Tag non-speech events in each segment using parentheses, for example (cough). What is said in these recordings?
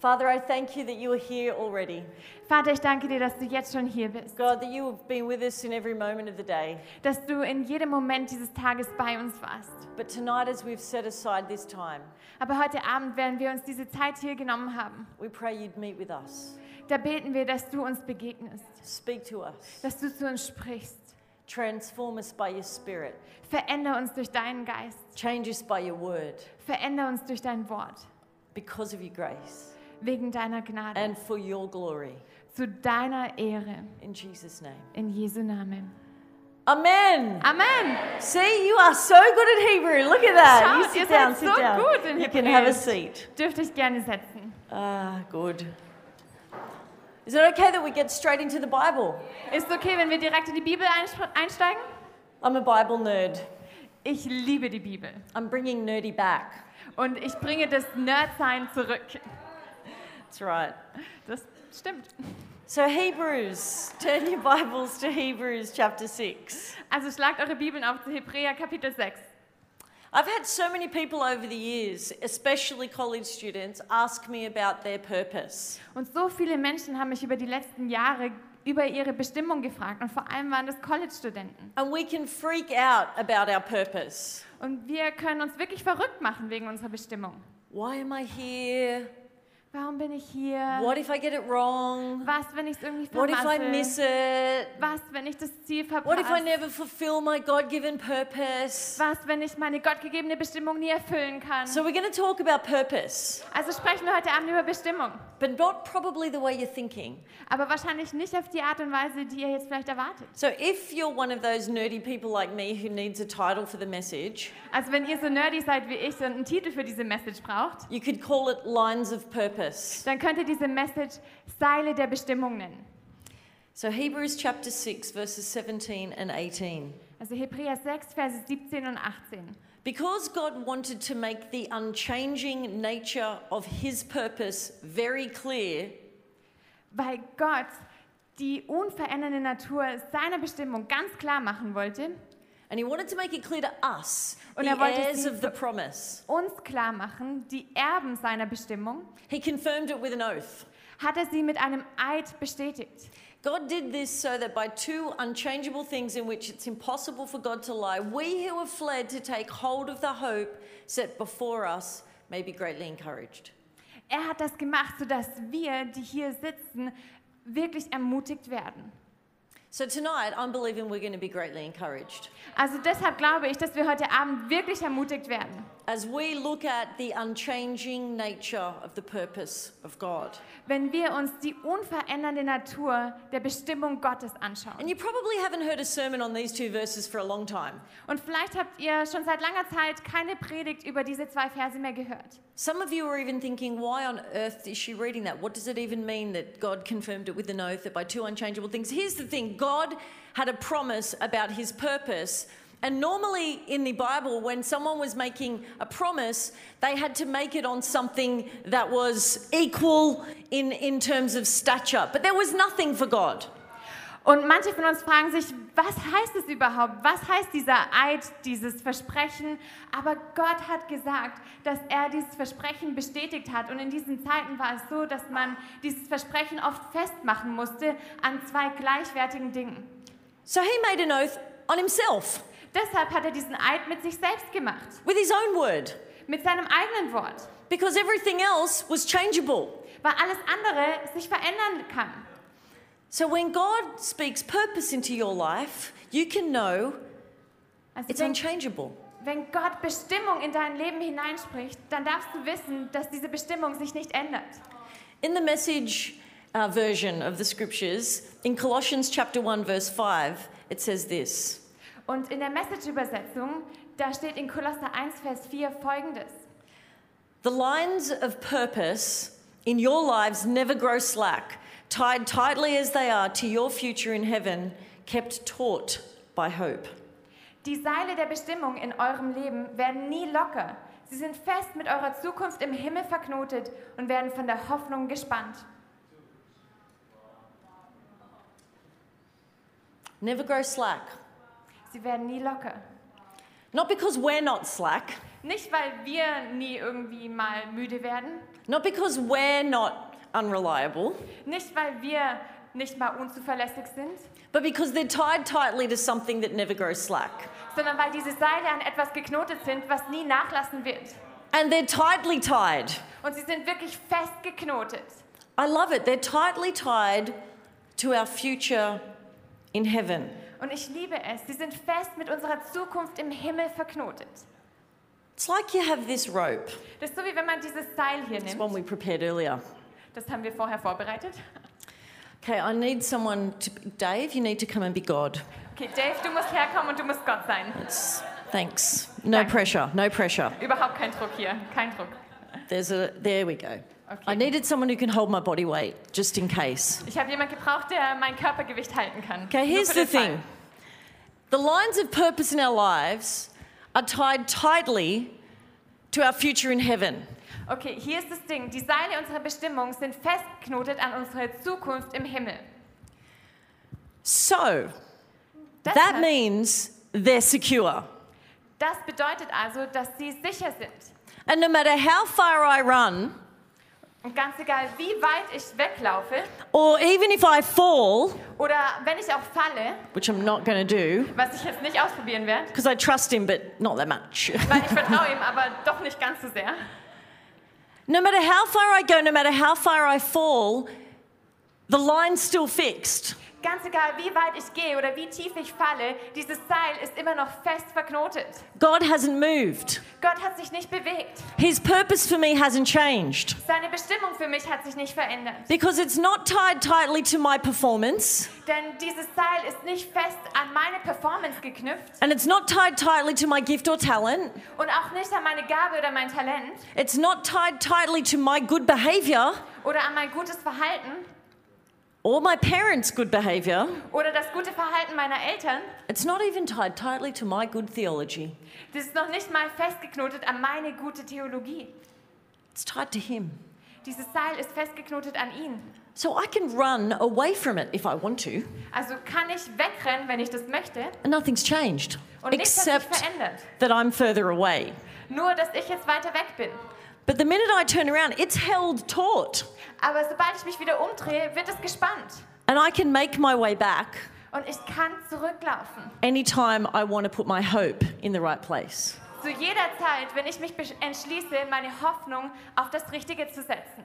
Father, I thank you that you are here already. Vater, ich danke dir, dass du jetzt schon hier bist, God, that you have been with us in every moment of the day. dass du in jedem Moment dieses Tages bei uns warst. But tonight, as we've set aside this time, Aber heute Abend, während wir uns diese Zeit hier genommen haben, we pray you'd meet with us, da beten wir, dass du uns begegnest, speak to us, dass du zu uns sprichst. transform us by your spirit, Veränder uns durch deinen Geist, change us by your word, veränder uns durch dein Wort, because of your grace wegen deiner Gnade, and for your glory. zu deiner Ehre, In Jesus' name. in Jesu Namen. Amen. Amen. See, you are so good at Hebrew. Look at that. Schaut, you ihr sit down, seid sit so down. gut in you can have a Hebräisch. seat. Dürft euch gerne setzen. Ah, good. Is it okay that we get straight into the Bible? Ist okay, wenn wir direkt in die Bibel einsch- einsteigen? I'm a Bible nerd. Ich liebe die Bibel I'm bringing nerdy back. und ich bringe das Nerdsein zurück. That's right. Das stimmt. So, Hebrews, turn your Bibles to Hebrews chapter 6. Also schlagt eure Bibeln auf zu Hebräer Kapitel 6. I've had so many people over the years, especially college students, ask me about their purpose. Und so viele Menschen haben mich über die letzten Jahre über ihre Bestimmung gefragt und vor allem waren das College-Studenten. And we can freak out about our purpose. Und wir können uns wirklich verrückt machen wegen unserer Bestimmung. Why am I here? Warum bin ich hier? What if I get it wrong? Was, wenn ich es irgendwie What if I verpasse? miss it? Was, wenn ich das Ziel What if I verpasse? never fulfill my God given purpose? Was, wenn ich meine gottgegebene Bestimmung nie erfüllen kann? So, we're going to talk about purpose, Also sprechen wir heute Abend über Bestimmung. but not probably the way you're thinking. Aber wahrscheinlich nicht auf die Art und Weise, die ihr jetzt vielleicht erwartet. So, if you're one of those nerdy people like me who needs a title for the message, Also wenn ihr so nerdy seid wie ich und einen Titel für diese Message braucht, you could call it Lines of Purpose. dann könnt ihr diese Message Seile der Bestimmung nennen. So, Hebrews chapter 6, verses 17 and 18. Also Hebräer 6, Verse 17 und 18. Because God wanted to make the unchanging nature of his purpose very clear, Weil Gott die unverändernde Natur seiner Bestimmung ganz klar machen wollte, and he wanted to make it clear to us, Und the er wollte es heirs ihnen of the promise, uns klar machen, die Erben seiner Bestimmung, he confirmed it with an oath. hat er sie mit einem Eid bestätigt. God did this so that by two unchangeable things in which it's impossible for God to lie, we who have fled to take hold of the hope set before us may be greatly encouraged. Er hat das gemacht, sodass wir, die hier sitzen, wirklich ermutigt werden. So tonight, I'm believing we're going to be greatly encouraged Also deshalb glaube ich, dass wir heute Abend wirklich ermutigt werden, as we look at the unchanging nature of the purpose of God. wenn wir uns die unverändernde Natur der Bestimmung Gottes anschauen. And you probably haven't heard a sermon on these two verses for a long time. Und vielleicht habt ihr schon seit langer Zeit keine Predigt über diese zwei Verse mehr gehört. Some of you are even thinking, why on earth is she reading that? What does it even mean that God confirmed it with an oath that by two unchangeable things? Here's the thing God had a promise about his purpose. And normally in the Bible, when someone was making a promise, they had to make it on something that was equal in, in terms of stature. But there was nothing for God. Und manche von uns fragen sich, was heißt es überhaupt? Was heißt dieser Eid, dieses Versprechen? Aber Gott hat gesagt, dass er dieses Versprechen bestätigt hat. Und in diesen Zeiten war es so, dass man dieses Versprechen oft festmachen musste an zwei gleichwertigen Dingen. So he made an oath on himself Deshalb hat er diesen Eid mit sich selbst gemacht, with his own word mit seinem eigenen Wort, because everything else was changeable. weil alles andere sich verändern kann. So when God speaks purpose into your life, you can know Also it's wenn, unchangeable. wenn Gott Bestimmung in dein Leben hineinspricht, dann darfst du wissen, dass diese Bestimmung sich nicht ändert. In the message uh, version of the scriptures, in Colossians chapter 1 verse 5, it says this. Und in der Message-Übersetzung, da steht in Kolosser 1, Vers 4 folgendes. The lines of purpose in your lives never grow slack, tied tightly as they are to your future in heaven, kept taut by hope. Die Seile der Bestimmung in eurem Leben werden nie locker. Sie sind fest mit eurer Zukunft im Himmel verknotet und werden von der Hoffnung gespannt. Never grow slack. Sie werden nie locker. Not because we're not slack, Nicht, weil wir nie irgendwie mal müde werden. Not because we're not unreliable, Nicht, weil wir nicht mal unzuverlässig sind. but because they're tied tightly to something that never goes slack. Sondern weil diese Seile an etwas geknotet sind, was nie nachlassen wird. And they're tightly tied. Und sie sind wirklich fest geknotet. I love it. They're tightly tied to our future in heaven. Und ich liebe es. Sie sind fest mit unserer Zukunft im Himmel verknotet. It's like you have this rope. Das ist so wie wenn man dieses Seil hier It's one nimmt. we prepared earlier. Das haben wir vorher vorbereitet. Okay, I need someone to. Dave, you need to come and be God. Okay, Dave, du musst herkommen und du musst Gott sein. It's, thanks. No pressure. No pressure. Überhaupt kein Druck hier. Kein Druck. There's a. There we go. Okay. I needed someone who can hold my body weight, just in case. Ich habe jemanden gebraucht, der mein Körpergewicht halten kann. Okay, Nur here's für the den Fall. thing the lines of purpose in our lives are tied tightly to our future in heaven. Okay, hier ist das Ding. Die Seile unserer Bestimmung sind festgeknotet an unsere Zukunft im Himmel. So Das, that heißt- means they're secure. das bedeutet also, dass sie sicher sind. And no matter how far I run, Und ganz egal, wie weit ich weglaufe or even if I fall, oder wenn ich auch falle, which I'm not going to do, was ich jetzt nicht ausprobieren werde, because I trust him, but not that much. (laughs) weil ich vertraue ihm, aber doch nicht ganz so sehr. no matter how far I go, no matter how far I fall, the line's still fixed. Ganz egal, wie weit ich gehe oder wie tief ich falle, dieses Seil ist immer noch fest verknotet. God hasn't moved. Gott hat sich nicht bewegt. His purpose for me hasn't changed. Seine Bestimmung für mich hat sich nicht verändert. Because it's not tied tightly to my performance, Denn dieses Seil ist nicht fest an meine Performance geknüpft and it's not tied tightly to my gift or talent. und auch nicht an meine Gabe oder mein Talent It's not tied tightly to my good behavior oder an mein gutes Verhalten or my parents' good behavior. oder das gute Verhalten meiner Eltern. It's not even tied tightly to my good theology. Das ist noch nicht mal festgeknotet an meine gute Theologie. It's tied to Him. Dieses Seil ist festgeknotet an ihn. So I can run away from it if I want to, Also kann ich wegrennen, wenn ich das möchte and nothing's changed und nichts hat sich except verändert. that I'm further away. Nur, dass ich jetzt weiter weg bin. But the minute I turn around, it's held taut, Aber sobald ich mich wieder umdrehe, wird es gespannt. and I can make my way back Und ich kann zurücklaufen. anytime I want to put my hope in the right place. Zu jeder Zeit, wenn ich mich besch- entschließe, meine Hoffnung auf das Richtige zu setzen.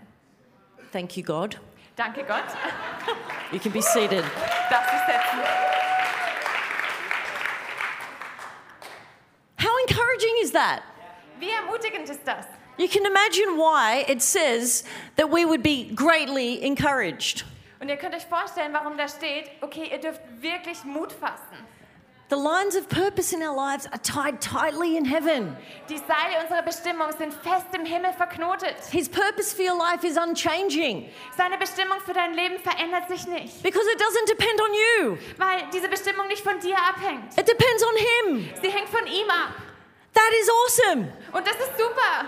Thank you, God. Danke Gott, (laughs) You can be seated. dass ich setzen. How encouraging is that? Wie ermutigend ist das? You can imagine why it says that we would be greatly encouraged. Und ihr könnt euch vorstellen, warum da steht, okay, ihr dürft wirklich Mut fassen. The lines of purpose in our lives are tied tightly in heaven. Die Seile unserer Bestimmung sind fest im Himmel verknotet. His purpose for your life is unchanging Seine Bestimmung für dein Leben verändert sich nicht, because it doesn't depend on you, weil diese Bestimmung nicht von dir abhängt. it depends on Him. Sie hängt von ihm ab. That is awesome. Und das ist super.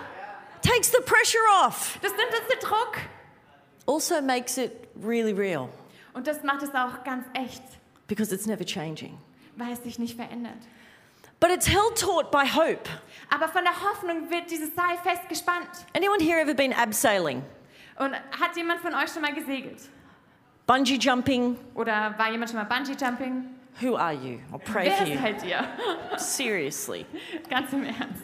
Takes the pressure off, Das nimmt uns den Druck. also makes it really real Und das macht es auch ganz echt, because it's never changing. weil es sich nicht verändert. But it's held taut by hope. Aber von der Hoffnung wird dieses Seil festgespannt. Anyone here ever been abseiling? Und hat jemand von euch schon mal gesegelt? Bungee jumping, Oder war jemand schon mal Bungee-Jumping? Who are you? I'll pray Wer for ist you. halt ihr? (laughs) Seriously. Ganz im Ernst.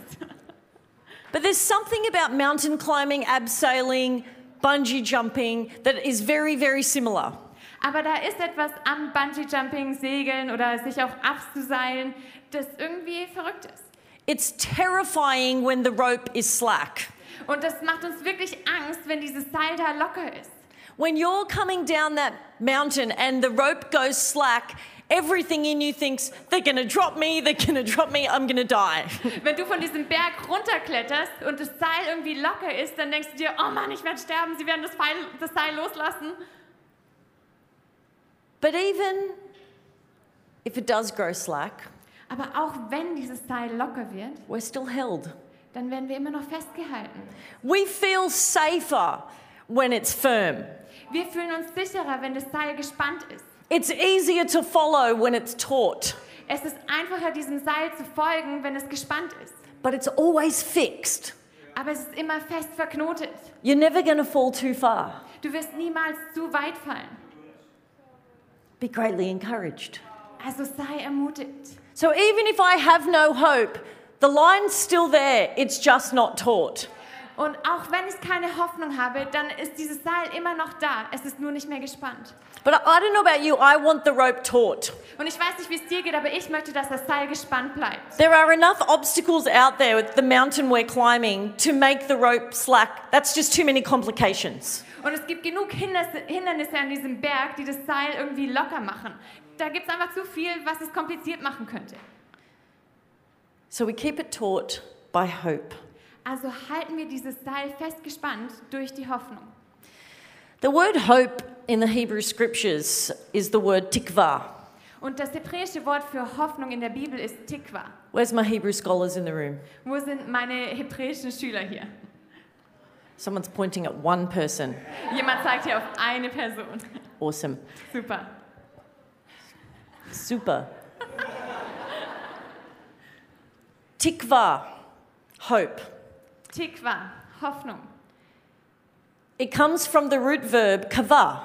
But there's something about mountain climbing, abseiling, bungee jumping that is very, very similar. Aber da ist etwas am Bungee-Jumping, Segeln oder sich auch abzuseilen, das irgendwie verrückt ist. It's terrifying when the rope is slack. Und das macht uns wirklich Angst, wenn dieses Seil da locker ist. When you're coming down that mountain and the rope goes slack, everything in you thinks, they're gonna drop me, they're gonna drop me, I'm gonna die. (laughs) Wenn du von diesem Berg runterkletterst und das Seil irgendwie locker ist, dann denkst du dir, oh Mann, ich werde sterben, sie werden das, Seil, das Seil loslassen. But even if it does grow slack, Aber auch wenn dieses Seil locker wird, we're still held. dann werden wir immer noch festgehalten. We feel safer when it's firm. Wir fühlen uns sicherer, wenn das Seil gespannt ist. It's easier to follow when it's taut. Es ist einfacher, diesem Seil zu folgen, wenn es gespannt ist. but it's always fixed. Aber es ist immer fest verknotet. You're never going to fall too far. Du wirst niemals zu weit fallen. Be greatly encouraged. Also sei ermutigt. So even if I have no hope, the line's still there, it's just not taught. Und auch wenn ich keine Hoffnung habe, dann ist dieses Seil immer noch da. Es ist nur nicht mehr gespannt. But I- I don't know about you, I want the rope taught. Und ich weiß nicht, wie es dir geht, aber ich möchte, dass das Seil gespannt bleibt. There are enough obstacles out there with the mountain we're climbing to make the rope slack. That's just too many complications. Und es gibt genug Hindernisse, Hindernisse an diesem Berg, die das Seil irgendwie locker machen. Da gibt es einfach zu viel, was es kompliziert machen könnte. So we keep it taut by hope. Also halten wir dieses Seil festgespannt durch die Hoffnung. The word hope in the Hebrew scriptures is the word tikvah. Und das hebräische Wort für Hoffnung in der Bibel ist Tikva. Where's my Hebrew scholars in the room? Wo sind meine hebräischen Schüler hier? Someone's pointing at one person. Jemand zeigt hier auf eine Person. Awesome. Super. Super. Tikva, hope. Tikva, Hoffnung, It comes from the root verb kava,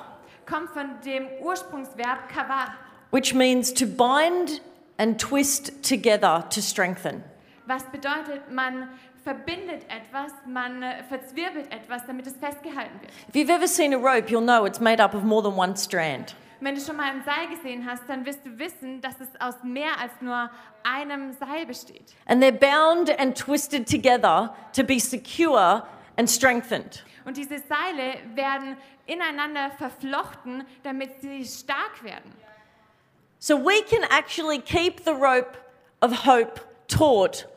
kommt von dem Ursprungsverb kava, which means to bind and twist together to strengthen. was bedeutet, man verbindet etwas, man äh, verzwirbelt etwas, damit es festgehalten wird. If you've ever seen a rope, you'll know it's made up of more than one strand. Wenn du schon mal ein Seil gesehen hast, dann wirst du wissen, dass es aus mehr als nur einem Seil besteht. And they're bound and twisted together to be secure and strengthened. Und diese Seile werden ineinander verflochten, damit sie stark werden. So we can actually keep the rope of hope taut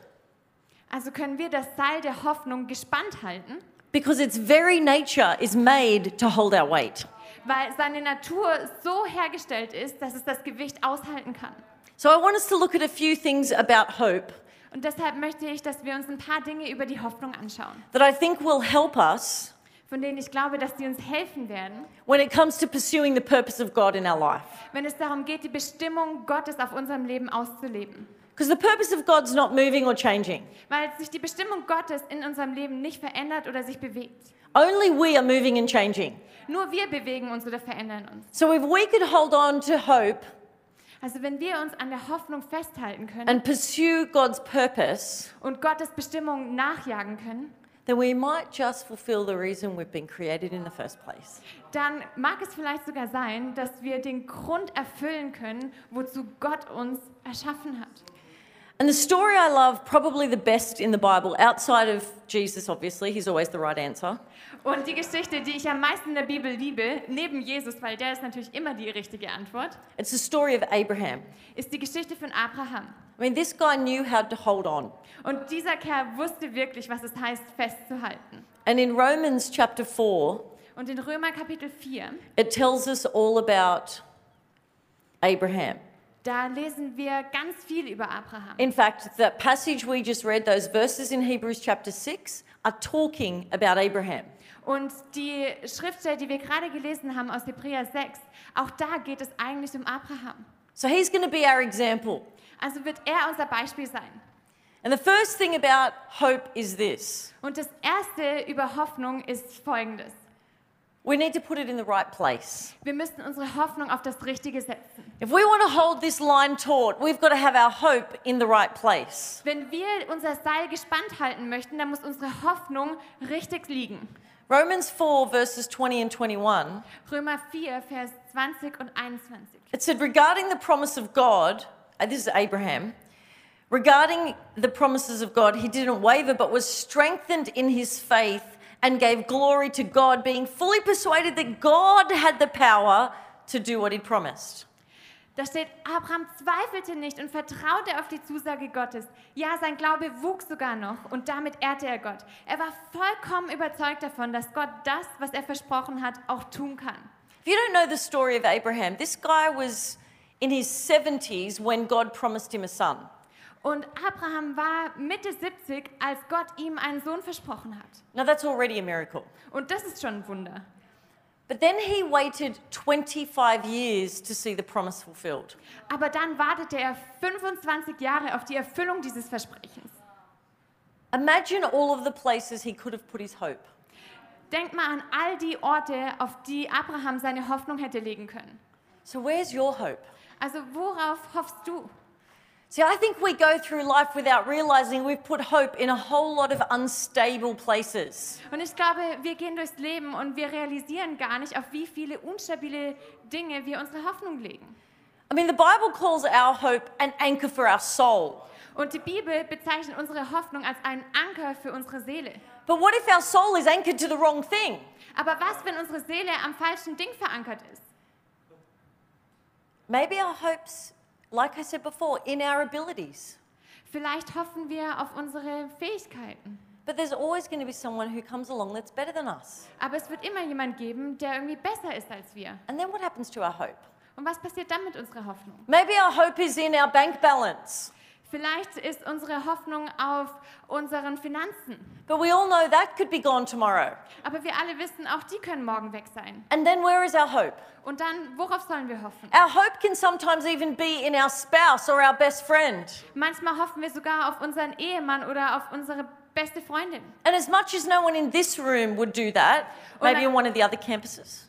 Also können wir das Seil der Hoffnung gespannt halten, because its very nature is made to hold our weight. weil seine Natur so hergestellt ist, dass es das Gewicht aushalten kann. So I want us to look at a few things about hope Und deshalb möchte ich, dass wir uns ein paar Dinge über die Hoffnung anschauen, that I think will help us von denen ich glaube, dass sie uns helfen werden, when it comes to pursuing the purpose of God in our life. wenn es darum geht, die Bestimmung Gottes auf unserem Leben auszuleben. Because the purpose of God's not moving or changing. Weil sich die Bestimmung Gottes in unserem Leben nicht verändert oder sich bewegt. Only we are moving and changing. Nur wir bewegen uns oder verändern uns. So if we could hold on to hope Also wenn wir uns an der Hoffnung festhalten können and pursue God's purpose, und Gottes Bestimmung nachjagen können, then we might just fulfill the reason we've been created in the first place. dann mag es vielleicht sogar sein, dass wir den Grund erfüllen können, wozu Gott uns erschaffen hat. And the story I love, probably the best in the Bible, outside of Jesus, obviously, he's always the right answer, Und die Geschichte, die ich am meisten in der Bibel liebe, neben Jesus, weil der ist natürlich immer die richtige Antwort, it's the story of Abraham. ist die Geschichte von Abraham. I mean, this guy knew how to hold on. Und dieser Kerl wusste wirklich, was es heißt, festzuhalten. And in Romans chapter 4, Und in Römer Kapitel 4, it tells us all about Abraham. da lesen wir ganz viel über Abraham. In fact, that passage we just read, those verses in Hebrews chapter 6, are talking about Abraham. Und die Schriftstelle, die wir gerade gelesen haben aus Hebräer 6, auch da geht es eigentlich um Abraham. So he's going to be our example. Also wird er unser Beispiel sein. And the first thing about hope is this Und das Erste über Hoffnung ist Folgendes. we need to put it in the right place. Wir müssen unsere Hoffnung auf das Richtige setzen. If we want to hold this line taut, we've got to have our hope in the right place. Wenn wir unser Seil gespannt halten möchten, dann muss unsere Hoffnung richtig liegen. Romans 4, verses 20 and 21, Römer 4, Vers 20 und 21. it said, Regarding the promise of God, uh, this is Abraham, regarding the promises of God, he didn't waver, but was strengthened in his faith and gave glory to God, being fully persuaded that God had the power to do what he promised. Da steht, Abraham zweifelte nicht und vertraute auf die Zusage Gottes. Ja, sein Glaube wuchs sogar noch und damit ehrte er Gott. Er war vollkommen überzeugt davon, dass Gott das, was er versprochen hat, auch tun kann. If you don't know the story of Abraham, this guy was in his 70s when God promised him a son. Und Abraham war Mitte 70, als Gott ihm einen Sohn versprochen hat. Now, that's already a miracle. Und das ist schon ein Wunder. But then he waited 25 years to see the promise fulfilled. Aber dann wartete er 25 Jahre auf die Erfüllung dieses Versprechens. Imagine all of the places he could have put his hope. Denk mal an all die Orte, auf die Abraham seine Hoffnung hätte legen können. So, where's your hope? Also worauf hoffst du? See, I think we go through life without realizing we've put hope in a whole lot of unstable places. Und ich glaube, wir gehen durchs Leben und wir realisieren gar nicht, auf wie viele unstabile Dinge wir unsere Hoffnung legen. I mean, the Bible calls our hope an anchor for our soul. Und die Bibel bezeichnet unsere Hoffnung als einen Anker für unsere Seele. But what if our soul is anchored to the wrong thing? Aber was, wenn unsere Seele am falschen Ding verankert ist? Maybe our hope's, like I said before, in our abilities. Vielleicht hoffen wir auf unsere Fähigkeiten. But there's always going to be someone who comes along that's better than us. Aber es wird immer jemand geben, der irgendwie besser ist als wir. And then what happens to our hope? Und was passiert dann mit unserer Hoffnung? Maybe our hope is in our bank balance. Vielleicht ist unsere Hoffnung auf unseren Finanzen. But we all know that could be gone tomorrow. Aber wir alle wissen, auch die können morgen weg sein. And then where is our hope? Und dann, worauf sollen wir hoffen? Our hope can sometimes even be in our spouse or our best friend. Manchmal hoffen wir sogar auf unseren Ehemann oder auf unsere beste Freundin. And as much as no one in this room would do that, Well, maybe I- in one of the other campuses,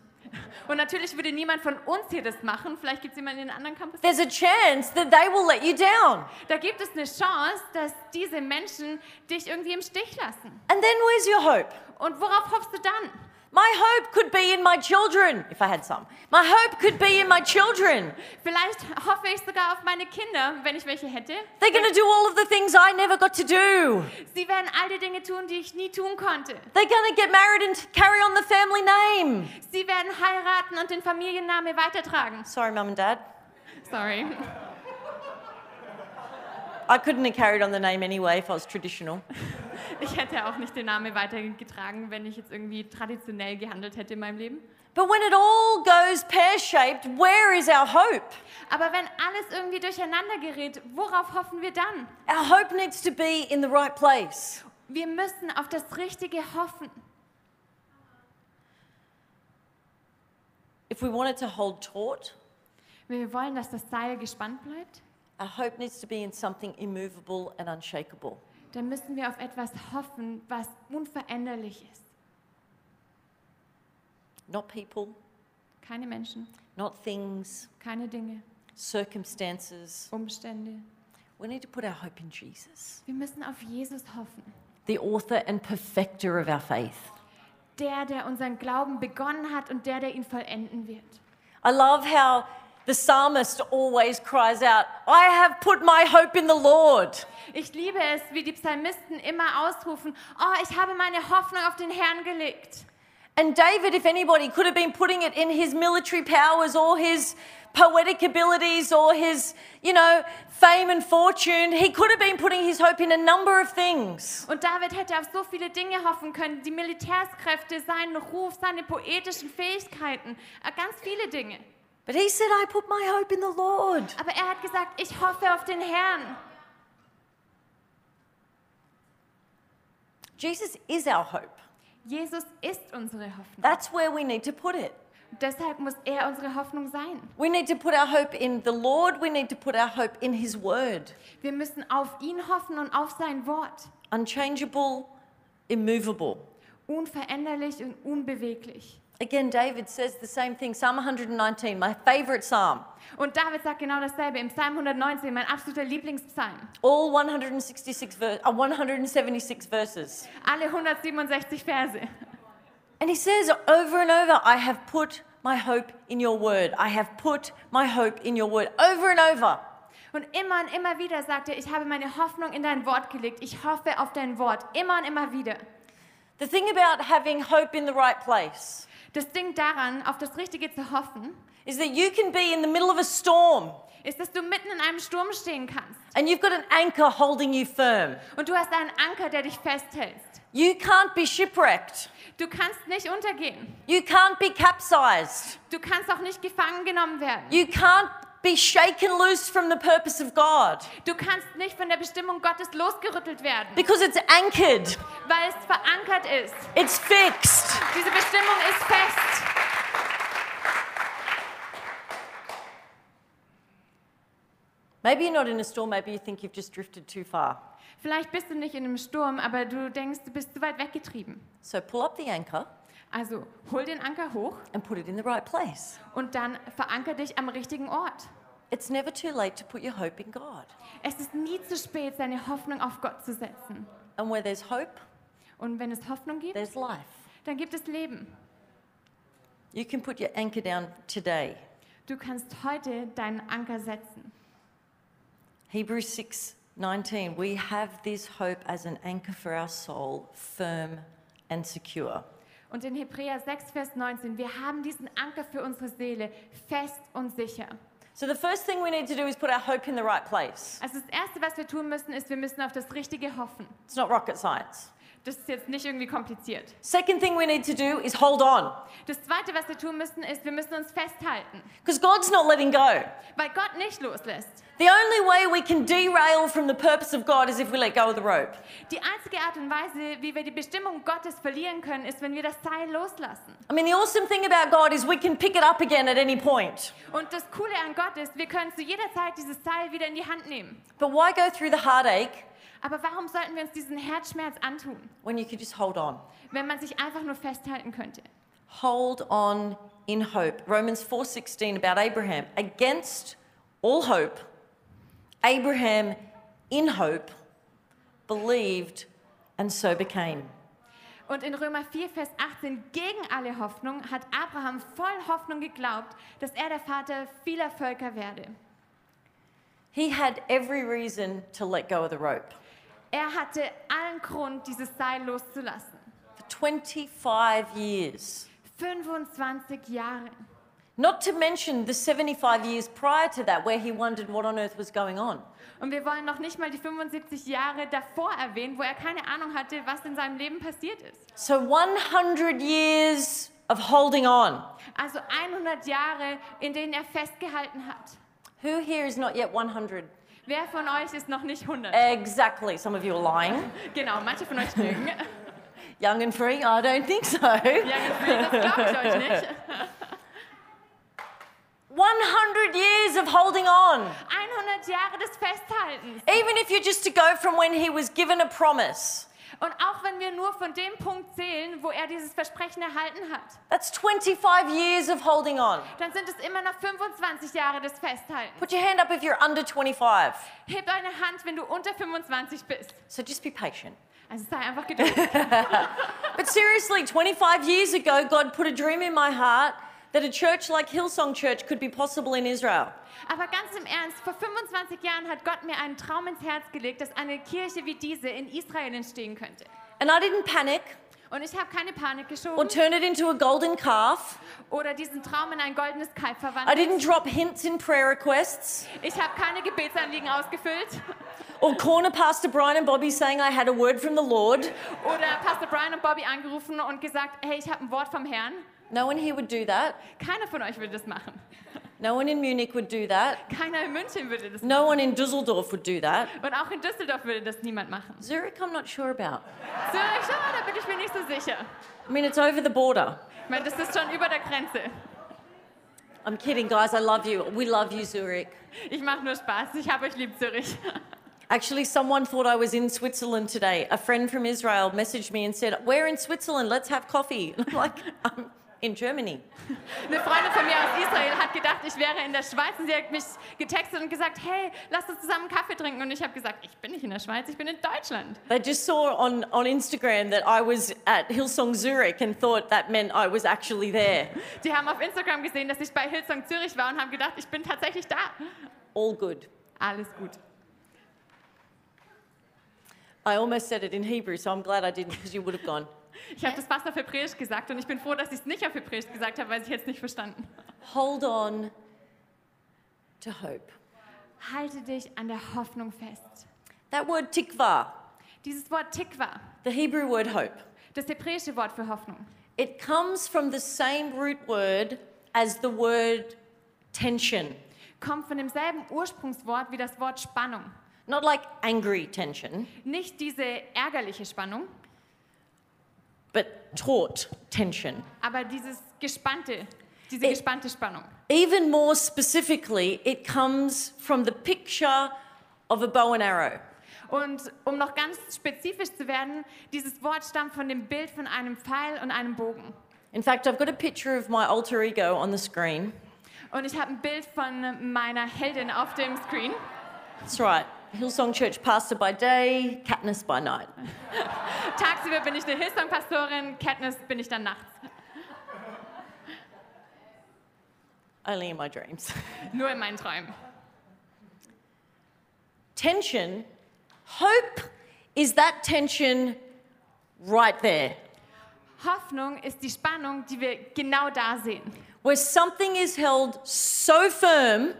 Und natürlich würde niemand von uns hier das machen. Vielleicht gibt es jemanden in einem anderen Campus. there's a chance that they will let you down. Da gibt es eine Chance, dass diese Menschen dich irgendwie im Stich lassen. And then where's your hope? Und worauf hoffst du dann? My hope could be in my children, if I had some. My hope could be in my children. Vielleicht hoffe ich sogar auf meine Kinder, wenn ich welche hätte. They're going to do all of the things I never got to do. Sie werden all die Dinge tun, die ich nie tun konnte. They're going to get married and carry on the family name. Sie werden heiraten und den Familiennamen weitertragen. Sorry, Mum and Dad. Sorry. I couldn't have carried on the name anyway if I was traditional. Ich hätte auch nicht den Namen weitergetragen, wenn ich jetzt irgendwie traditionell gehandelt hätte in meinem Leben. But when it all goes pear shaped, where is our hope? Aber wenn alles irgendwie durcheinander gerät, worauf hoffen wir dann? Our hope needs to be in the right place. Wir müssen auf das Richtige hoffen. If we want it to hold taut, Wenn wir wollen, dass das Seil gespannt bleibt, our hope needs to be in something immovable and unshakable. dann müssen wir auf etwas hoffen, was unveränderlich ist. Not people, Keine Menschen, not things, keine Dinge, circumstances. Umstände. We need to put our hope in Jesus, Wir müssen auf Jesus hoffen. the author and perfecter of our faith. Der, der unseren Glauben begonnen hat und der, der ihn vollenden wird. I love how the psalmist always cries out, I have put my hope in the Lord. Ich liebe es, wie die Psalmisten immer ausrufen, oh, ich habe meine Hoffnung auf den Herrn gelegt. And David, if anybody, could have been putting it in his military powers or his poetic abilities or his, you know, fame and fortune. He could have been putting his hope in a number of things. Und David hätte auf so viele Dinge hoffen können, die Militärskräfte, seinen Ruf, seine poetischen Fähigkeiten, äh, ganz viele Dinge. But he said, I put my hope in the Lord. Aber er hat gesagt, ich hoffe auf den Herrn. Jesus is our hope. Jesus ist unsere Hoffnung. That's where we need to put it. Deshalb muss er unsere Hoffnung sein. We need to put our hope in the Lord. We need to put our hope in his word. Wir müssen auf ihn hoffen und auf sein Wort. Unchangeable, immovable. Unveränderlich und unbeweglich. Again, David says the same thing. Psalm 119, my favorite psalm. Und David sagt genau dasselbe im Psalm 119, mein absoluter Lieblingspsalm. all 166 ver- uh, 176 verses. Alle 167 Verse. And he says over and over, I have put my hope in your word. I have put my hope in your word. Over and over. Und immer und immer wieder sagt er, ich habe meine Hoffnung in dein Wort gelegt. Ich hoffe auf dein Wort. Immer und immer wieder. The thing about having hope in the right place Das Ding daran, auf das Richtige zu hoffen, is that you can be in the middle of a storm ist, dass du mitten in einem Sturm stehen kannst. and you've got an anchor holding you firm. Und du hast einen Anker, der dich festhältst. You can't be shipwrecked. Du kannst nicht untergehen. You can't be capsized. Du kannst auch nicht gefangen genommen werden. You can't be shaken loose from the purpose of God Du kannst nicht von der Bestimmung Gottes losgerüttelt werden, because it's anchored, weil es verankert ist. it's fixed. Diese Bestimmung ist fest. Maybe you're not in a storm, maybe you think you've just drifted too far. Vielleicht bist du nicht in einem Sturm, aber du denkst, du bist zu weit weggetrieben. So pull up the anchor Also hol den Anker hoch and put it in the right place. und dann veranker dich am richtigen Ort. It's never too late to put your hope in God. Es ist nie zu spät, seine Hoffnung auf Gott zu setzen. And where there's hope, Und wenn es Hoffnung gibt, there's life. dann gibt es Leben. You can put your anchor down today. Du kannst heute deinen Anker setzen. Hebrews 6 19, we have this hope as an anchor for our soul, firm and secure. Und in Hebräer 6, Vers 19, wir haben diesen Anker für unsere Seele fest und sicher. So, the first thing we need to do is put our hope in the right place. Also das Erste, was wir tun müssen, ist, wir müssen auf das Richtige hoffen. It's not rocket science. Das ist jetzt nicht irgendwie kompliziert. Second thing we need to do is hold on, Das Zweite, was wir tun müssen, ist, wir müssen uns festhalten, because God's not letting go. weil Gott nicht loslässt. The only way we can derail from the purpose of God is if we let go of the rope. Die einzige Art und Weise, wie wir die Bestimmung Gottes verlieren können, ist, wenn wir das Seil loslassen. I mean, the awesome thing about God is we can pick it up again at any point. Und das Coole an Gott ist, wir können zu jeder Zeit dieses Seil wieder in die Hand nehmen. But why go through the heartache Aber warum sollten wir uns diesen Herzschmerz antun, when you could just hold on? wenn man sich einfach nur festhalten könnte? hold on in hope romans 4.16 about abraham against all hope abraham in hope believed and so became Und in Römer 4, Vers 18, gegen alle Hoffnung hat Abraham voll Hoffnung geglaubt, dass er der Vater vieler Völker werde. he had every reason to let go of the rope Er hatte allen Grund, dieses Seil loszulassen. for 25 years 25 Jahre. not to mention the 75 years prior to that where he wondered what on earth was going on Und wir wollen noch nicht mal die 75 Jahre davor erwähnen, wo er keine Ahnung hatte, was in seinem Leben passiert ist. so 100 years of holding on Also 100 Jahre, in denen er festgehalten hat. who here is not yet 100 Wer von euch ist noch nicht Äh. 100? exactly some of you are lying Genau, manche von euch lügen. Young and free? I don't think so. (laughs) Ja, das glaube ich euch nicht. 100 years of holding on. 100 Jahre des Festhaltens. Even if you're just to go from when he was given a promise, Und auch wenn wir nur von dem Punkt zählen, wo er dieses Versprechen erhalten hat, that's 25 years of holding on. dann sind es immer noch 25 Jahre des Festhaltens. Put your hand up if you're under 25. Heb deine Hand, wenn du unter 25 bist. So just be patient. Also sei einfach geduldig. But seriously, 25 years ago, God put a dream in my heart that a church like Hillsong Church could be possible in Israel. Aber ganz im Ernst, vor 25 Jahren hat Gott mir einen Traum ins Herz gelegt, dass eine Kirche wie diese in Israel entstehen könnte. And I didn't panic Und ich habe keine Panik or geschoben turn it into a golden calf. oder diesen Traum in ein goldenes Kalb I verwandelt. didn't drop hints in prayer requests Ich habe keine Gebetsanliegen ausgefüllt (laughs) or corner Pastor Brian and Bobby saying I had a word from the Lord. oder Pastor Brian und Bobby angerufen und gesagt, hey, ich habe ein Wort vom Herrn. No one here would do that. Keiner von euch würde das machen. No one in Munich would do that. Keiner in München würde das machen. No one in Dusseldorf would do that. Und auch in Düsseldorf würde das niemand machen. Zurich, I'm not sure about. Zürich, ah, da bin ich mir nicht so sicher. I mean, it's over the border. Ich meine, das ist schon über der Grenze. I'm kidding, guys. I love you. We love you, Zurich. Ich mache nur Spaß. Ich habe euch lieb, Zürich. Actually, someone thought I was in Switzerland today. A friend from Israel messaged me and said, We're in Switzerland. Let's have coffee. (laughs) And I'm like, I'm in Germany. Eine Freundin von mir aus Israel hat gedacht, ich wäre in der Schweiz und sie hat mich getextet und gesagt, hey, lass uns zusammen Kaffee trinken. Und ich habe gesagt, ich bin nicht in der Schweiz, ich bin in Deutschland. They just saw on, on Instagram that I was at Hillsong Zurich and thought that meant I was actually there. Die haben auf Instagram gesehen, dass ich bei Hillsong Zürich war und haben gedacht, ich bin tatsächlich da. All good. Alles gut. I almost said it in Hebrew, so I'm glad I didn't because you would have gone. Ich habe das fast auf Hebräisch gesagt und ich bin froh, dass ich es nicht auf Hebräisch gesagt habe, weil ich jetzt nicht verstanden. Hold on to hope. Halte dich an der Hoffnung fest. That word tikva, Dieses Wort Tikva, the Hebrew word hope, das hebräische Wort für Hoffnung. it comes from the same root word as the word tension. kommt von demselben Ursprungswort wie das Wort Spannung. Not like angry tension, Nicht diese ärgerliche Spannung, but taut tension. aber dieses gespannte diese gespannte Spannung. Even more specifically, it comes from the picture of a bow and arrow. Und um noch ganz spezifisch zu werden, dieses Wort stammt von dem Bild von einem Pfeil und einem Bogen. In fact, I've got a picture of my alter ego on the screen. Und ich habe ein Bild von meiner Heldin auf dem Screen. That's right. Hillsong Church pastor by day, Katniss by night. Tagsüber bin ich eine Hillsong-Pastorin, Katniss bin ich dann nachts. Only in my dreams. (laughs) Nur in meinen Träumen. tension, hope is that tension right there, Hoffnung ist die Spannung, die wir genau da sehen. where something is held so firm,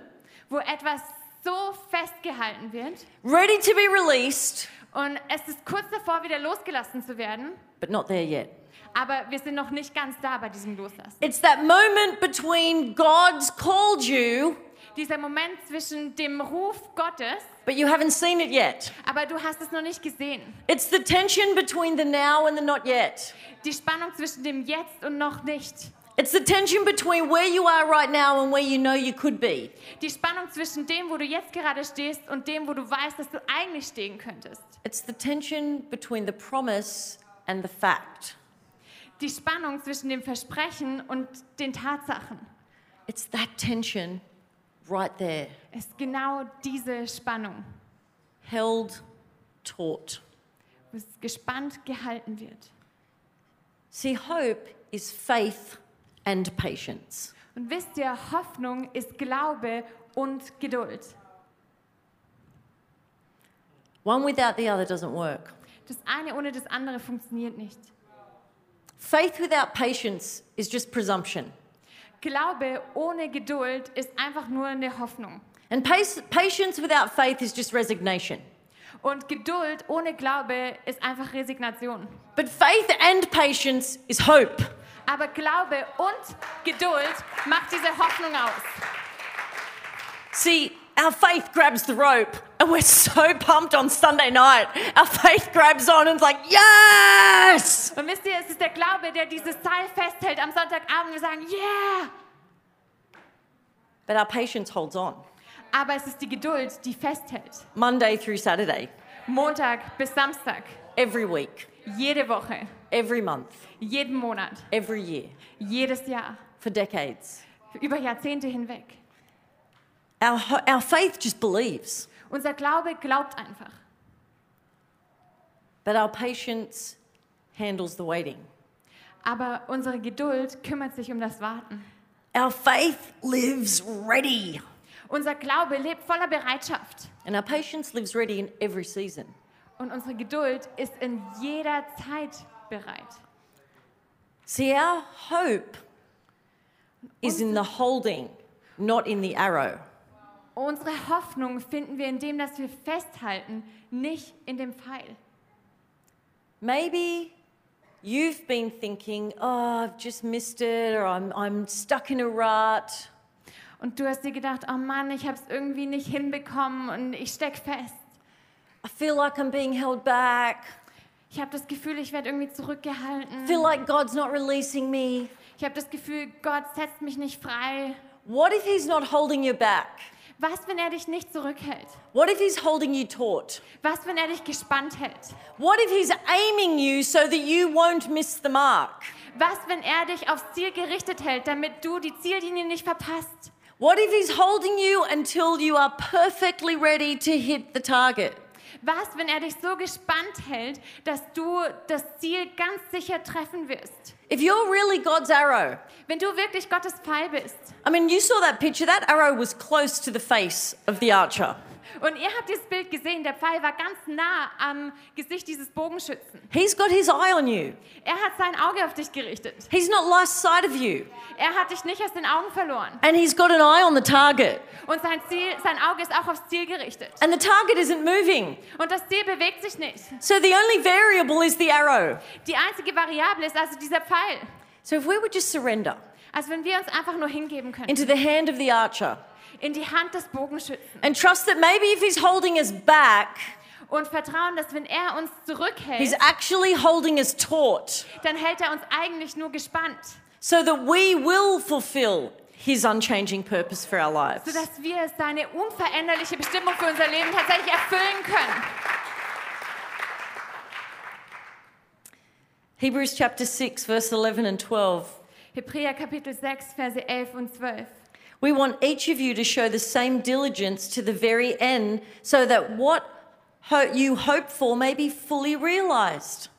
Wo etwas so festgehalten wird ready to be released, und es ist kurz davor, wieder losgelassen zu werden, but not there yet. aber wir sind noch nicht ganz da bei diesem Loslassen. It's that moment between God's called you, Dieser Moment zwischen dem Ruf Gottes, but you haven't seen it yet. aber du hast es noch nicht gesehen. It's the tension between the now and the not yet. Die Spannung zwischen dem Jetzt und noch nicht. It's the tension between where you are right now and where you know you could be. Die Spannung zwischen dem, wo du jetzt gerade stehst und dem, wo du weißt, dass du eigentlich stehen könntest. It's the tension between the promise and the fact. Die Spannung zwischen dem Versprechen und den Tatsachen It's that tension right there, ist genau diese Spannung, held taut. wo es gespannt gehalten wird. See, hope is faith and patience. Und wisst ihr, Hoffnung ist Glaube und Geduld. One without the other doesn't work. Das eine ohne das andere funktioniert nicht. Faith without patience is just presumption. Glaube ohne Geduld ist einfach nur eine Hoffnung. And pace, patience without faith is just resignation. Und Geduld ohne Glaube ist einfach Resignation. But faith and patience is hope. Aber Glaube und Geduld macht diese Hoffnung aus. See, our faith grabs the rope, and we're (laughs) so pumped on Sunday night. Our faith grabs on and's like, yes! Und wisst ihr, es ist der Glaube, der dieses Seil festhält am Sonntagabend. Wir sagen, yeah! But our patience holds on Aber es ist die Geduld, die festhält. Monday through Saturday, Montag bis Samstag. every week, Jede Woche. every month, Jeden Monat. every year, Jedes Jahr. for decades. Über Jahrzehnte hinweg. Our, ho- our faith just believes, Unser Glaube glaubt einfach. but our patience handles the waiting. Aber unsere Geduld kümmert sich um das Warten. Our faith lives ready, Unser Glaube lebt voller Bereitschaft. and our patience lives ready in every season. Und unsere Geduld ist in jeder Zeit bereit. See, our hope is in the holding, not in the arrow. Unsere Hoffnung finden wir in dem, dass wir festhalten, nicht in dem Pfeil. Maybe you've been thinking, oh, I've just missed it, or I'm, I'm stuck in a rut. Und du hast dir gedacht, oh Mann, ich habe es irgendwie nicht hinbekommen und ich steck fest. I feel like I'm being held back. Ich habe das Gefühl, ich werde irgendwie zurückgehalten. I feel like God's not releasing me. Ich habe das Gefühl, Gott setzt mich nicht frei. What if He's not holding you back? Was, wenn er dich nicht zurückhält? What if He's holding you taut? Was, wenn er dich gespannt hält? What if He's aiming you so that you won't miss the mark? Was, wenn er dich aufs Ziel gerichtet hält, damit du die Ziellinie nicht verpasst? What if He's holding you until you are perfectly ready to hit the target? Was, wenn er dich so gespannt hält, dass du das Ziel ganz sicher treffen wirst? If you're really God's arrow, Wenn du wirklich Gottes Pfeil bist. I mean, you saw that picture, that arrow was close to the face of the archer. Und ihr habt dieses Bild gesehen, der Pfeil war ganz nah am Gesicht dieses Bogenschützen. He's got his eye on you. Er hat sein Auge auf dich gerichtet. He's not lost sight of you. Er hat dich nicht aus den Augen verloren. And he's got an eye on the target. Und sein, Ziel, sein Auge ist auch aufs Ziel gerichtet. And the target isn't moving. Und das Ziel bewegt sich nicht. So the only variable is the arrow. Die einzige Variable ist also dieser Pfeil. So if we would just surrender Also wenn wir uns einfach nur hingeben können into the hand of the archer in die Hand des Bogenschützen and trust that maybe if he's holding us back, und vertrauen, dass wenn er uns he's zurückhält, actually holding us taut dann hält er uns eigentlich nur gespannt. so that we will fulfill his unchanging purpose for our lives. sodass wir seine unveränderliche Bestimmung für unser Leben tatsächlich erfüllen können. Hebrews chapter 6, verse 11 and 12. Hebräer Kapitel 6, Verse 11 und 12. We want each of you to show the same diligence to the very end so that what ho- you hope for may be fully realized.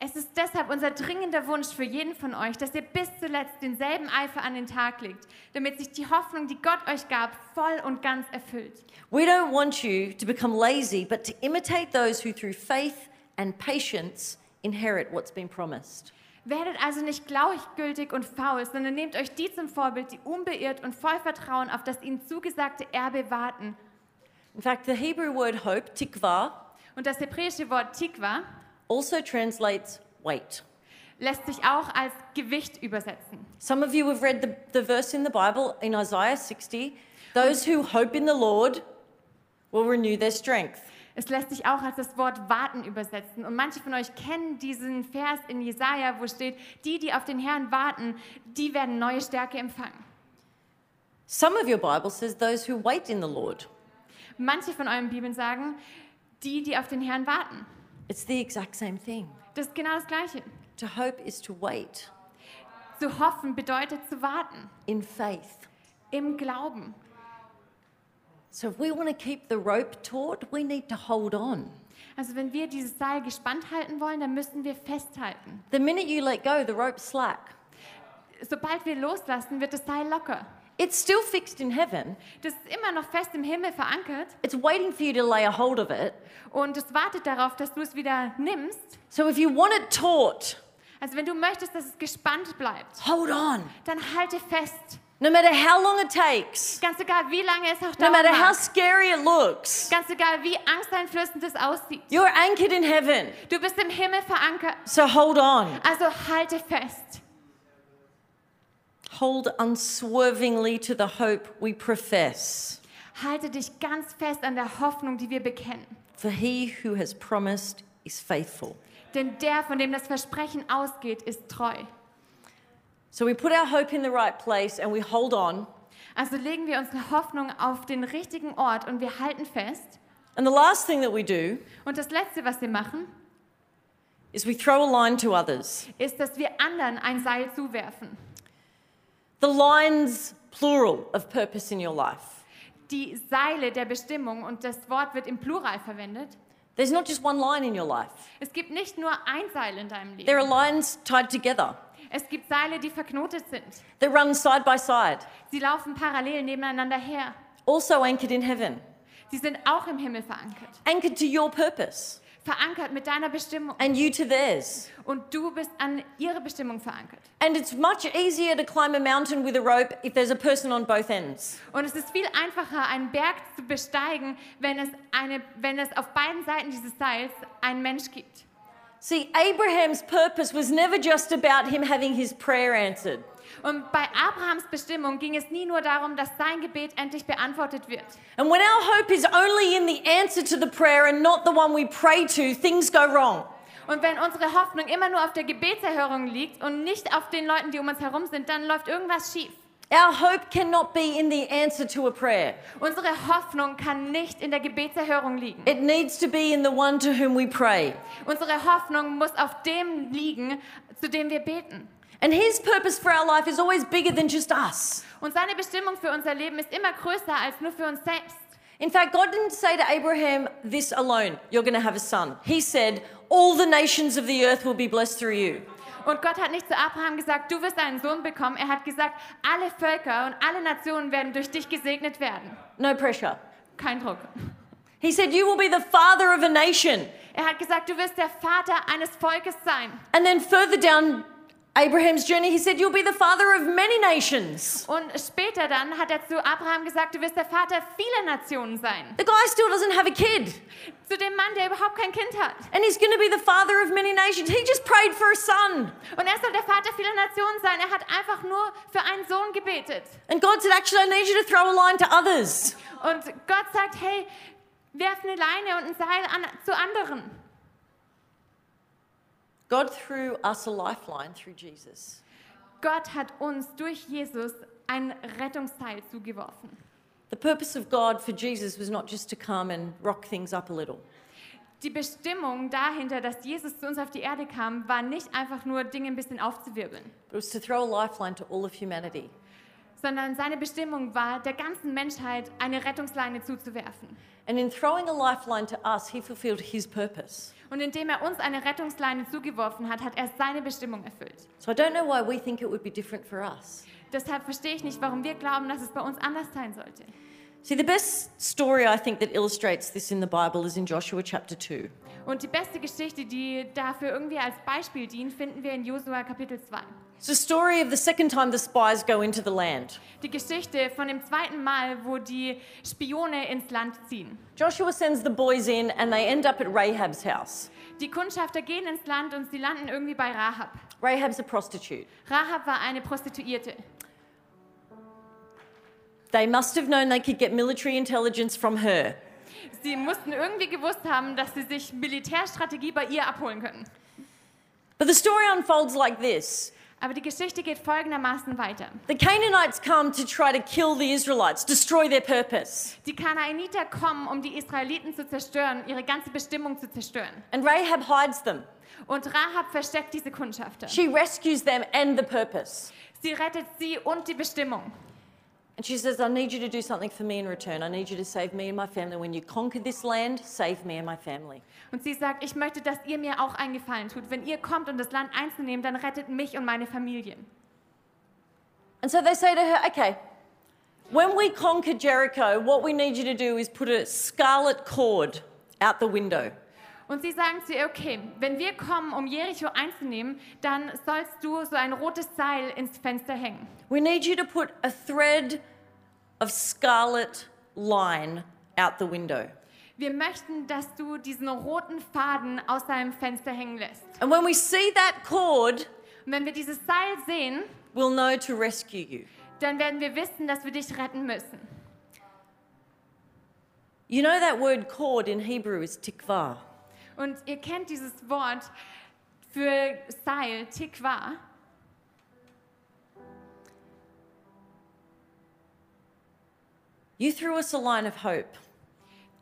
Es ist deshalb unser dringender Wunsch für jeden von euch, dass ihr bis zuletzt denselben Eifer an den Tag legt, damit sich die Hoffnung, die Gott euch gab, voll und ganz erfüllt. We don't want you to become lazy, but to imitate those who through faith and patience inherit what's been promised. Werdet also nicht gleichgültig und faul, sondern nehmt euch die zum Vorbild, die unbeirrt und voll Vertrauen auf das ihnen zugesagte Erbe warten. In fact, the Hebrew word hope, tikva, Und das hebräische Wort Tikva also translates wait. lässt sich auch als Gewicht übersetzen. Some of you have read the, the verse in the Bible in Isaiah 60 those who hope in the Lord will renew their strength. Es lässt sich auch als das Wort warten übersetzen. Und manche von euch kennen diesen Vers in Jesaja, wo steht: Die, die auf den Herrn warten, die werden neue Stärke empfangen. Some of your Bible says those who wait in the Lord. Manche von euren Bibeln sagen: Die, die auf den Herrn warten. It's the exact same thing. Das ist genau das Gleiche. To hope is to wait Zu hoffen bedeutet zu warten. in faith. Im Glauben. So if we want to keep the rope taut, we need to hold on. Also, wenn wir dieses Seil gespannt halten wollen, dann müssen wir festhalten. The minute you let go, the rope's slack. Sobald wir loslassen, wird das Seil locker. It's still fixed in heaven. Das ist immer noch fest im Himmel verankert It's waiting for you to lay a hold of it. und es wartet darauf, dass du es wieder nimmst. So if you want it taut, Also wenn du möchtest, dass es gespannt bleibt, hold on. dann halte fest. No matter how long it takes, Ganz egal, wie lange es auch no dauert. matter how scary it looks, Ganz egal, wie angsteinflößend es aussieht. you're anchored in heaven. Du bist im Himmel verankert. So hold on. Also halte fest. Hold unswervingly to the hope we profess. Halte dich ganz fest an der Hoffnung, die wir bekennen. For he who has promised is faithful. Denn der, von dem das Versprechen ausgeht, ist treu. So we put our hope in the right place and we hold on. Also legen wir unsere Hoffnung auf den richtigen Ort und wir halten fest. And the last thing that we do Und das Letzte, was wir machen, is we throw a line to others. ist, dass wir anderen ein Seil zuwerfen. The lines, plural, of purpose in your life. Die Seile der Bestimmung und das Wort wird im Plural verwendet. There's not just one line in your life, Es gibt nicht nur ein Seil in deinem Leben. there are lines tied together Es gibt Seile, die verknotet sind. that run side by side, Sie laufen parallel nebeneinander her. also anchored in heaven, Sie sind auch im Himmel verankert. anchored to your purpose Verankert mit deiner Bestimmung. and you to theirs. Und du bist an ihre Bestimmung verankert. And it's much easier to climb a mountain with a rope if there's a person on both ends. Und es ist viel einfacher, einen Berg zu besteigen, wenn es, eine, wenn es auf beiden Seiten dieses Seils einen Mensch gibt. See, Abraham's purpose was never just about him having his prayer answered. Und bei Abrahams Bestimmung ging es nie nur darum, dass sein Gebet endlich beantwortet wird. And when our hope is only in the answer to the prayer and not the one we pray to, things go wrong. Und wenn unsere Hoffnung immer nur auf der Gebetserhörung liegt und nicht auf den Leuten, die um uns herum sind, dann läuft irgendwas schief. Our hope cannot be in the answer to a prayer. Unsere Hoffnung kann nicht in der Gebetserhörung liegen. It needs to be in the one to whom we pray. Unsere Hoffnung muss auf dem liegen, zu dem wir beten. And his purpose for our life is always bigger than just us. Und seine Bestimmung für unser Leben ist immer größer als nur für uns selbst. In fact, God didn't say to Abraham, This alone, you're going to have a son. He said, All the nations of the earth will be blessed through you. Und Gott hat nicht zu Abraham gesagt, du wirst einen Sohn bekommen. Er hat gesagt, alle Völker und alle Nationen werden durch dich gesegnet werden. No pressure. Kein Druck. He said, You will be the father of a nation. Er hat gesagt, du wirst der Vater eines Volkes sein. And then further down Abraham's journey, he said, You'll be the father of many nations. Und später dann hat er zu Abraham gesagt, du wirst der Vater vieler Nationen sein. The guy still doesn't have a kid, Zu dem Mann, der überhaupt kein Kind hat. and he's going to be the father of many nations. He just prayed for a son. Und er soll der Vater vieler Nationen sein. Er hat einfach nur für einen Sohn gebetet. And God said, Actually, I need you to throw a line to others. Und Gott sagt, hey, werf eine Leine und ein Seil an, zu anderen. God threw us a lifeline through Jesus. Gott hat uns durch Jesus ein Rettungsteil zugeworfen. The purpose of God for Jesus was not just to come and rock things up a little. Die Bestimmung dahinter, dass Jesus zu uns auf die Erde kam, war nicht einfach nur Dinge ein bisschen aufzuwirbeln, It was to throw a lifeline to all of humanity. sondern seine Bestimmung war, der ganzen Menschheit eine Rettungsleine zuzuwerfen. And in throwing a lifeline to us, he fulfilled his purpose. Und indem er uns eine Rettungsleine zugeworfen hat, hat er seine Bestimmung erfüllt. So I don't know why we think it would be different for us. Deshalb verstehe ich nicht, warum wir glauben, dass es bei uns anders sein sollte. See, the best story I think that illustrates this in the Bible is in Joshua chapter 2. Und die beste Geschichte, die dafür irgendwie als Beispiel dient, finden wir in Josua Kapitel 2. It's the story of the second time the spies go into the land. Die Geschichte von dem zweiten Mal, wo die Spione ins Land ziehen. Joshua sends the boys in and they end up at Rahab's house. Die Kundschafter gehen ins Land und sie landen irgendwie bei Rahab. Rahab's a prostitute. Rahab war eine Prostituierte. They must have known they could get military intelligence from her. Sie mussten irgendwie gewusst haben, dass sie sich Militärstrategie bei ihr abholen können. But the story unfolds like this Aber die Geschichte geht folgendermaßen weiter. The Canaanites come to try to kill the Israelites, destroy their purpose. Die Kanaaniter kommen, um die Israeliten zu zerstören, ihre ganze Bestimmung zu zerstören. And Rahab hides them. Und Rahab versteckt diese Kundschafter. She rescues them and the purpose. Sie rettet sie und die Bestimmung. And she says, I need you to do something for me in return. I need you to save me and my family. When you conquer this land, save me and my family. Und sie sagt, ich möchte, dass ihr mir auch einen Gefallen tut. Wenn ihr kommt, um das Land einzunehmen, dann rettet mich und meine Familie. And so they say to her, okay, when we conquer Jericho, what we need you to do is put a scarlet cord out the window. Und sie sagen zu ihr, okay, wenn wir kommen, um Jericho einzunehmen, dann sollst du so ein rotes Seil ins Fenster hängen. We need you to put a thread of scarlet line out the window. Wir möchten, dass du diesen roten Faden aus deinem Fenster hängen lässt. And when we see that cord, Und wenn wir dieses Seil sehen, we'll know to rescue you. dann werden wir wissen, dass wir dich retten müssen. You know that word cord in Hebrew is tikvah. Und ihr kennt dieses Wort für Seil, Tikwa. You threw us a line of hope,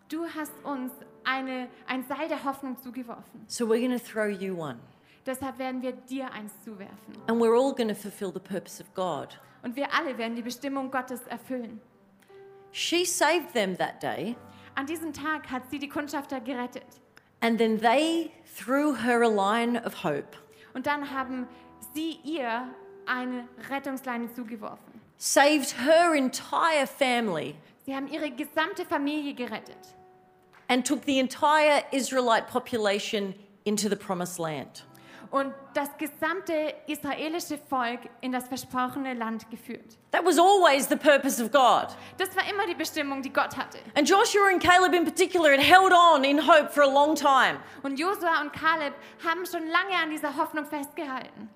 Du hast uns eine, ein Seil der Hoffnung zugeworfen. so we're going to throw you one. Deshalb werden wir dir eins zuwerfen. And we're all going to fulfill the purpose of God. Und wir alle werden die Bestimmung Gottes erfüllen. She saved them that day, An diesem Tag hat sie die Kundschafter gerettet. and then they threw her a line of hope, Und dann haben sie ihr eine Rettungsleine zugeworfen. saved her entire family, Sie haben ihre gesamte Familie gerettet and took the entire Israelite population into the promised land. und das gesamte israelische Volk in das versprochene Land geführt. That was always the purpose of God. Das war immer die Bestimmung, die Gott hatte. And Joshua and Caleb, in particular, had held on in hope for a long time. Und Josua und Kaleb haben schon lange an dieser Hoffnung festgehalten.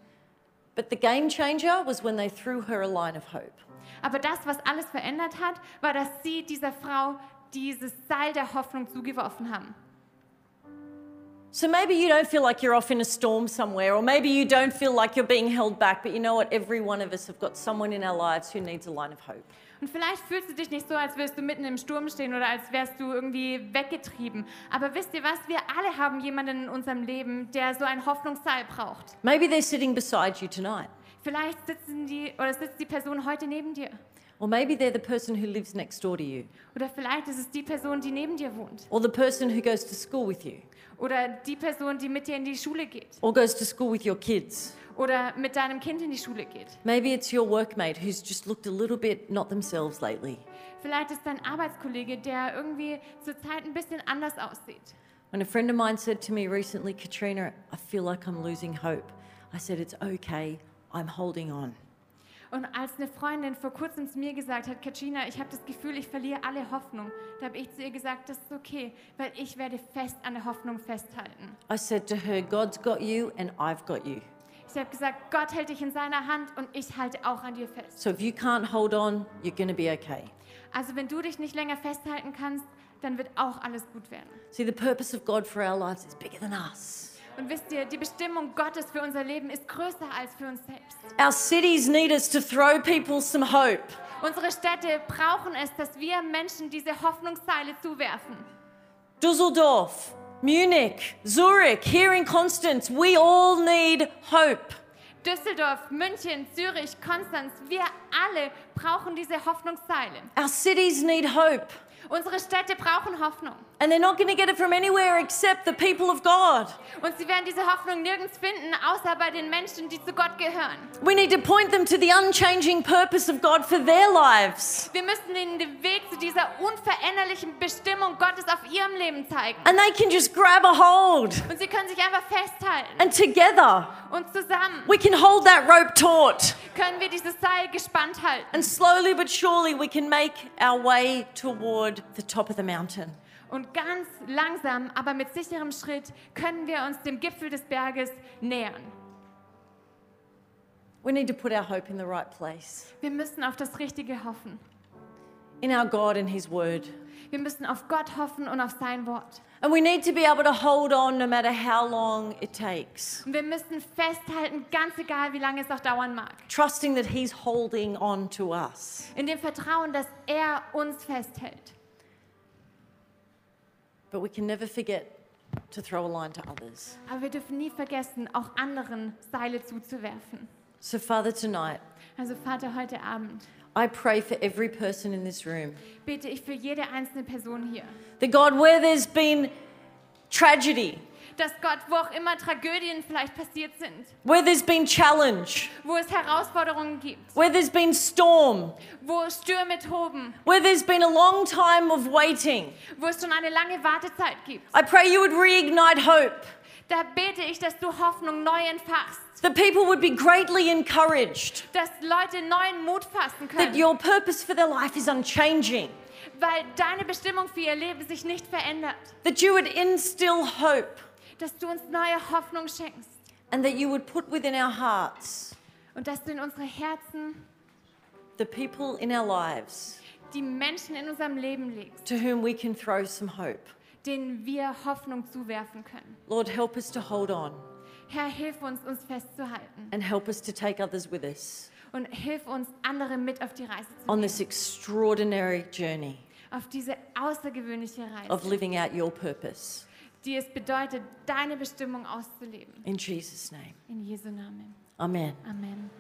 But the game changer was when they threw her a line of hope. Aber das, was alles verändert hat, war, dass sie dieser Frau dieses Seil der Hoffnung zugeworfen haben. So maybe you don't feel like you're off in a storm somewhere, or maybe you don't feel like you're being held back, but you know what? Every one of us have got someone in our lives who needs a line of hope. Und vielleicht fühlst du dich nicht so, als würdest du mitten im Sturm stehen oder als wärst du irgendwie weggetrieben. Aber wisst ihr was? Wir alle haben jemanden in unserem Leben, der so ein Hoffnungsseil braucht. Maybe they're sitting beside you tonight, Vielleicht sitzen die, oder sitzt die Person heute neben dir. or maybe they're the person who lives next door to you, Oder vielleicht ist es die Person, die neben dir wohnt. or the person who goes to school with you, Oder die Person, die mit dir in die Schule geht. or goes to school with your kids. Oder mit deinem Kind in die Schule geht. Maybe it's your workmate who's just looked a little bit not themselves lately. Vielleicht ist dein Arbeitskollege, der irgendwie zurzeit ein bisschen anders aussieht. When a friend of mine said to me recently, Katrina, I feel like I'm losing hope, I said, It's okay, I'm holding on. Und als eine Freundin vor kurzem zu mir gesagt hat, Katrina, ich habe das Gefühl, ich verliere alle Hoffnung, da habe ich zu ihr gesagt, das ist okay, weil ich werde fest an der Hoffnung festhalten. I said to her, God's got you and I've got you. Ich habe gesagt, Gott hält dich in seiner Hand und ich halte auch an dir fest. So if you can't hold on, you're going to be okay. Also wenn du dich nicht länger festhalten kannst, dann wird auch alles gut werden. See, the purpose of God for our lives is bigger than us. Und wisst ihr, die Bestimmung Gottes für unser Leben ist größer als für uns selbst. Our cities need us to throw people some hope. Unsere Städte brauchen es, dass wir Menschen diese Hoffnungsseile zuwerfen. Dusseldorf, Munich, Zurich, here in Constance, we all need hope. Düsseldorf, München, Zürich, Konstanz, wir alle brauchen diese Hoffnungsseile. Our cities need hope. Unsere Städte brauchen Hoffnung. And they're not going to get it from anywhere except the people of God. Und sie werden diese Hoffnung nirgends finden, außer bei den Menschen, die zu Gott gehören. We need to point them to the unchanging purpose of God for their lives. Wir müssen ihnen den Weg zu dieser unveränderlichen Bestimmung Gottes auf ihrem Leben zeigen. And they can just grab a hold. Und sie können sich einfach festhalten. And together, Und zusammen we can hold that rope taut. können wir dieses Seil gespannt halten. And slowly but surely, we can make our way toward the top of the mountain. Und ganz langsam, aber mit sicherem Schritt können wir uns dem Gipfel des Berges nähern. We need to put our hope in the right place, Wir müssen auf das Richtige hoffen. in our God and His Word. Wir müssen auf Gott hoffen und auf sein Wort. And we need to be able to hold on no matter how long it takes, Und wir müssen festhalten, ganz egal, wie lange es auch dauern mag. trusting that He's holding on to us. In dem Vertrauen, dass er uns festhält. But we can never forget to throw a line to others. Aber wir dürfen nie vergessen, auch anderen Seile zuzuwerfen. So, Father, tonight, Also Vater, heute Abend I pray for every person in this room bete ich für jede einzelne Person hier, that God, where there's been tragedy, dass Gott, wo auch immer Tragödien vielleicht passiert sind, where there's been challenge, wo es Herausforderungen gibt, where there's been storm, wo Stürme toben, where there's been a long time of waiting, wo es schon eine lange Wartezeit gibt, I pray you would reignite hope, da bete ich, dass du Hoffnung neu entfachst, that people would be greatly encouraged, dass Leute neuen Mut fassen that können, your purpose for their life is unchanging, weil deine Bestimmung für ihr Leben sich nicht verändert, that you would instill hope, dass du uns neue Hoffnung schenkst and that you would put within our hearts und dass du in unsere Herzen the people in our lives die Menschen in unserem Leben legst, to whom we can throw some hope. denen wir Hoffnung zuwerfen können. Lord, help us to hold on Herr, hilf uns, uns festzuhalten and help us to take others with us und hilf uns, andere mit auf die Reise zu on this extraordinary journey auf diese außergewöhnliche Reise, of living out your purpose. die es bedeutet, deine Bestimmung auszuleben. In Jesus' name, In Jesu Namen. amen. Amen.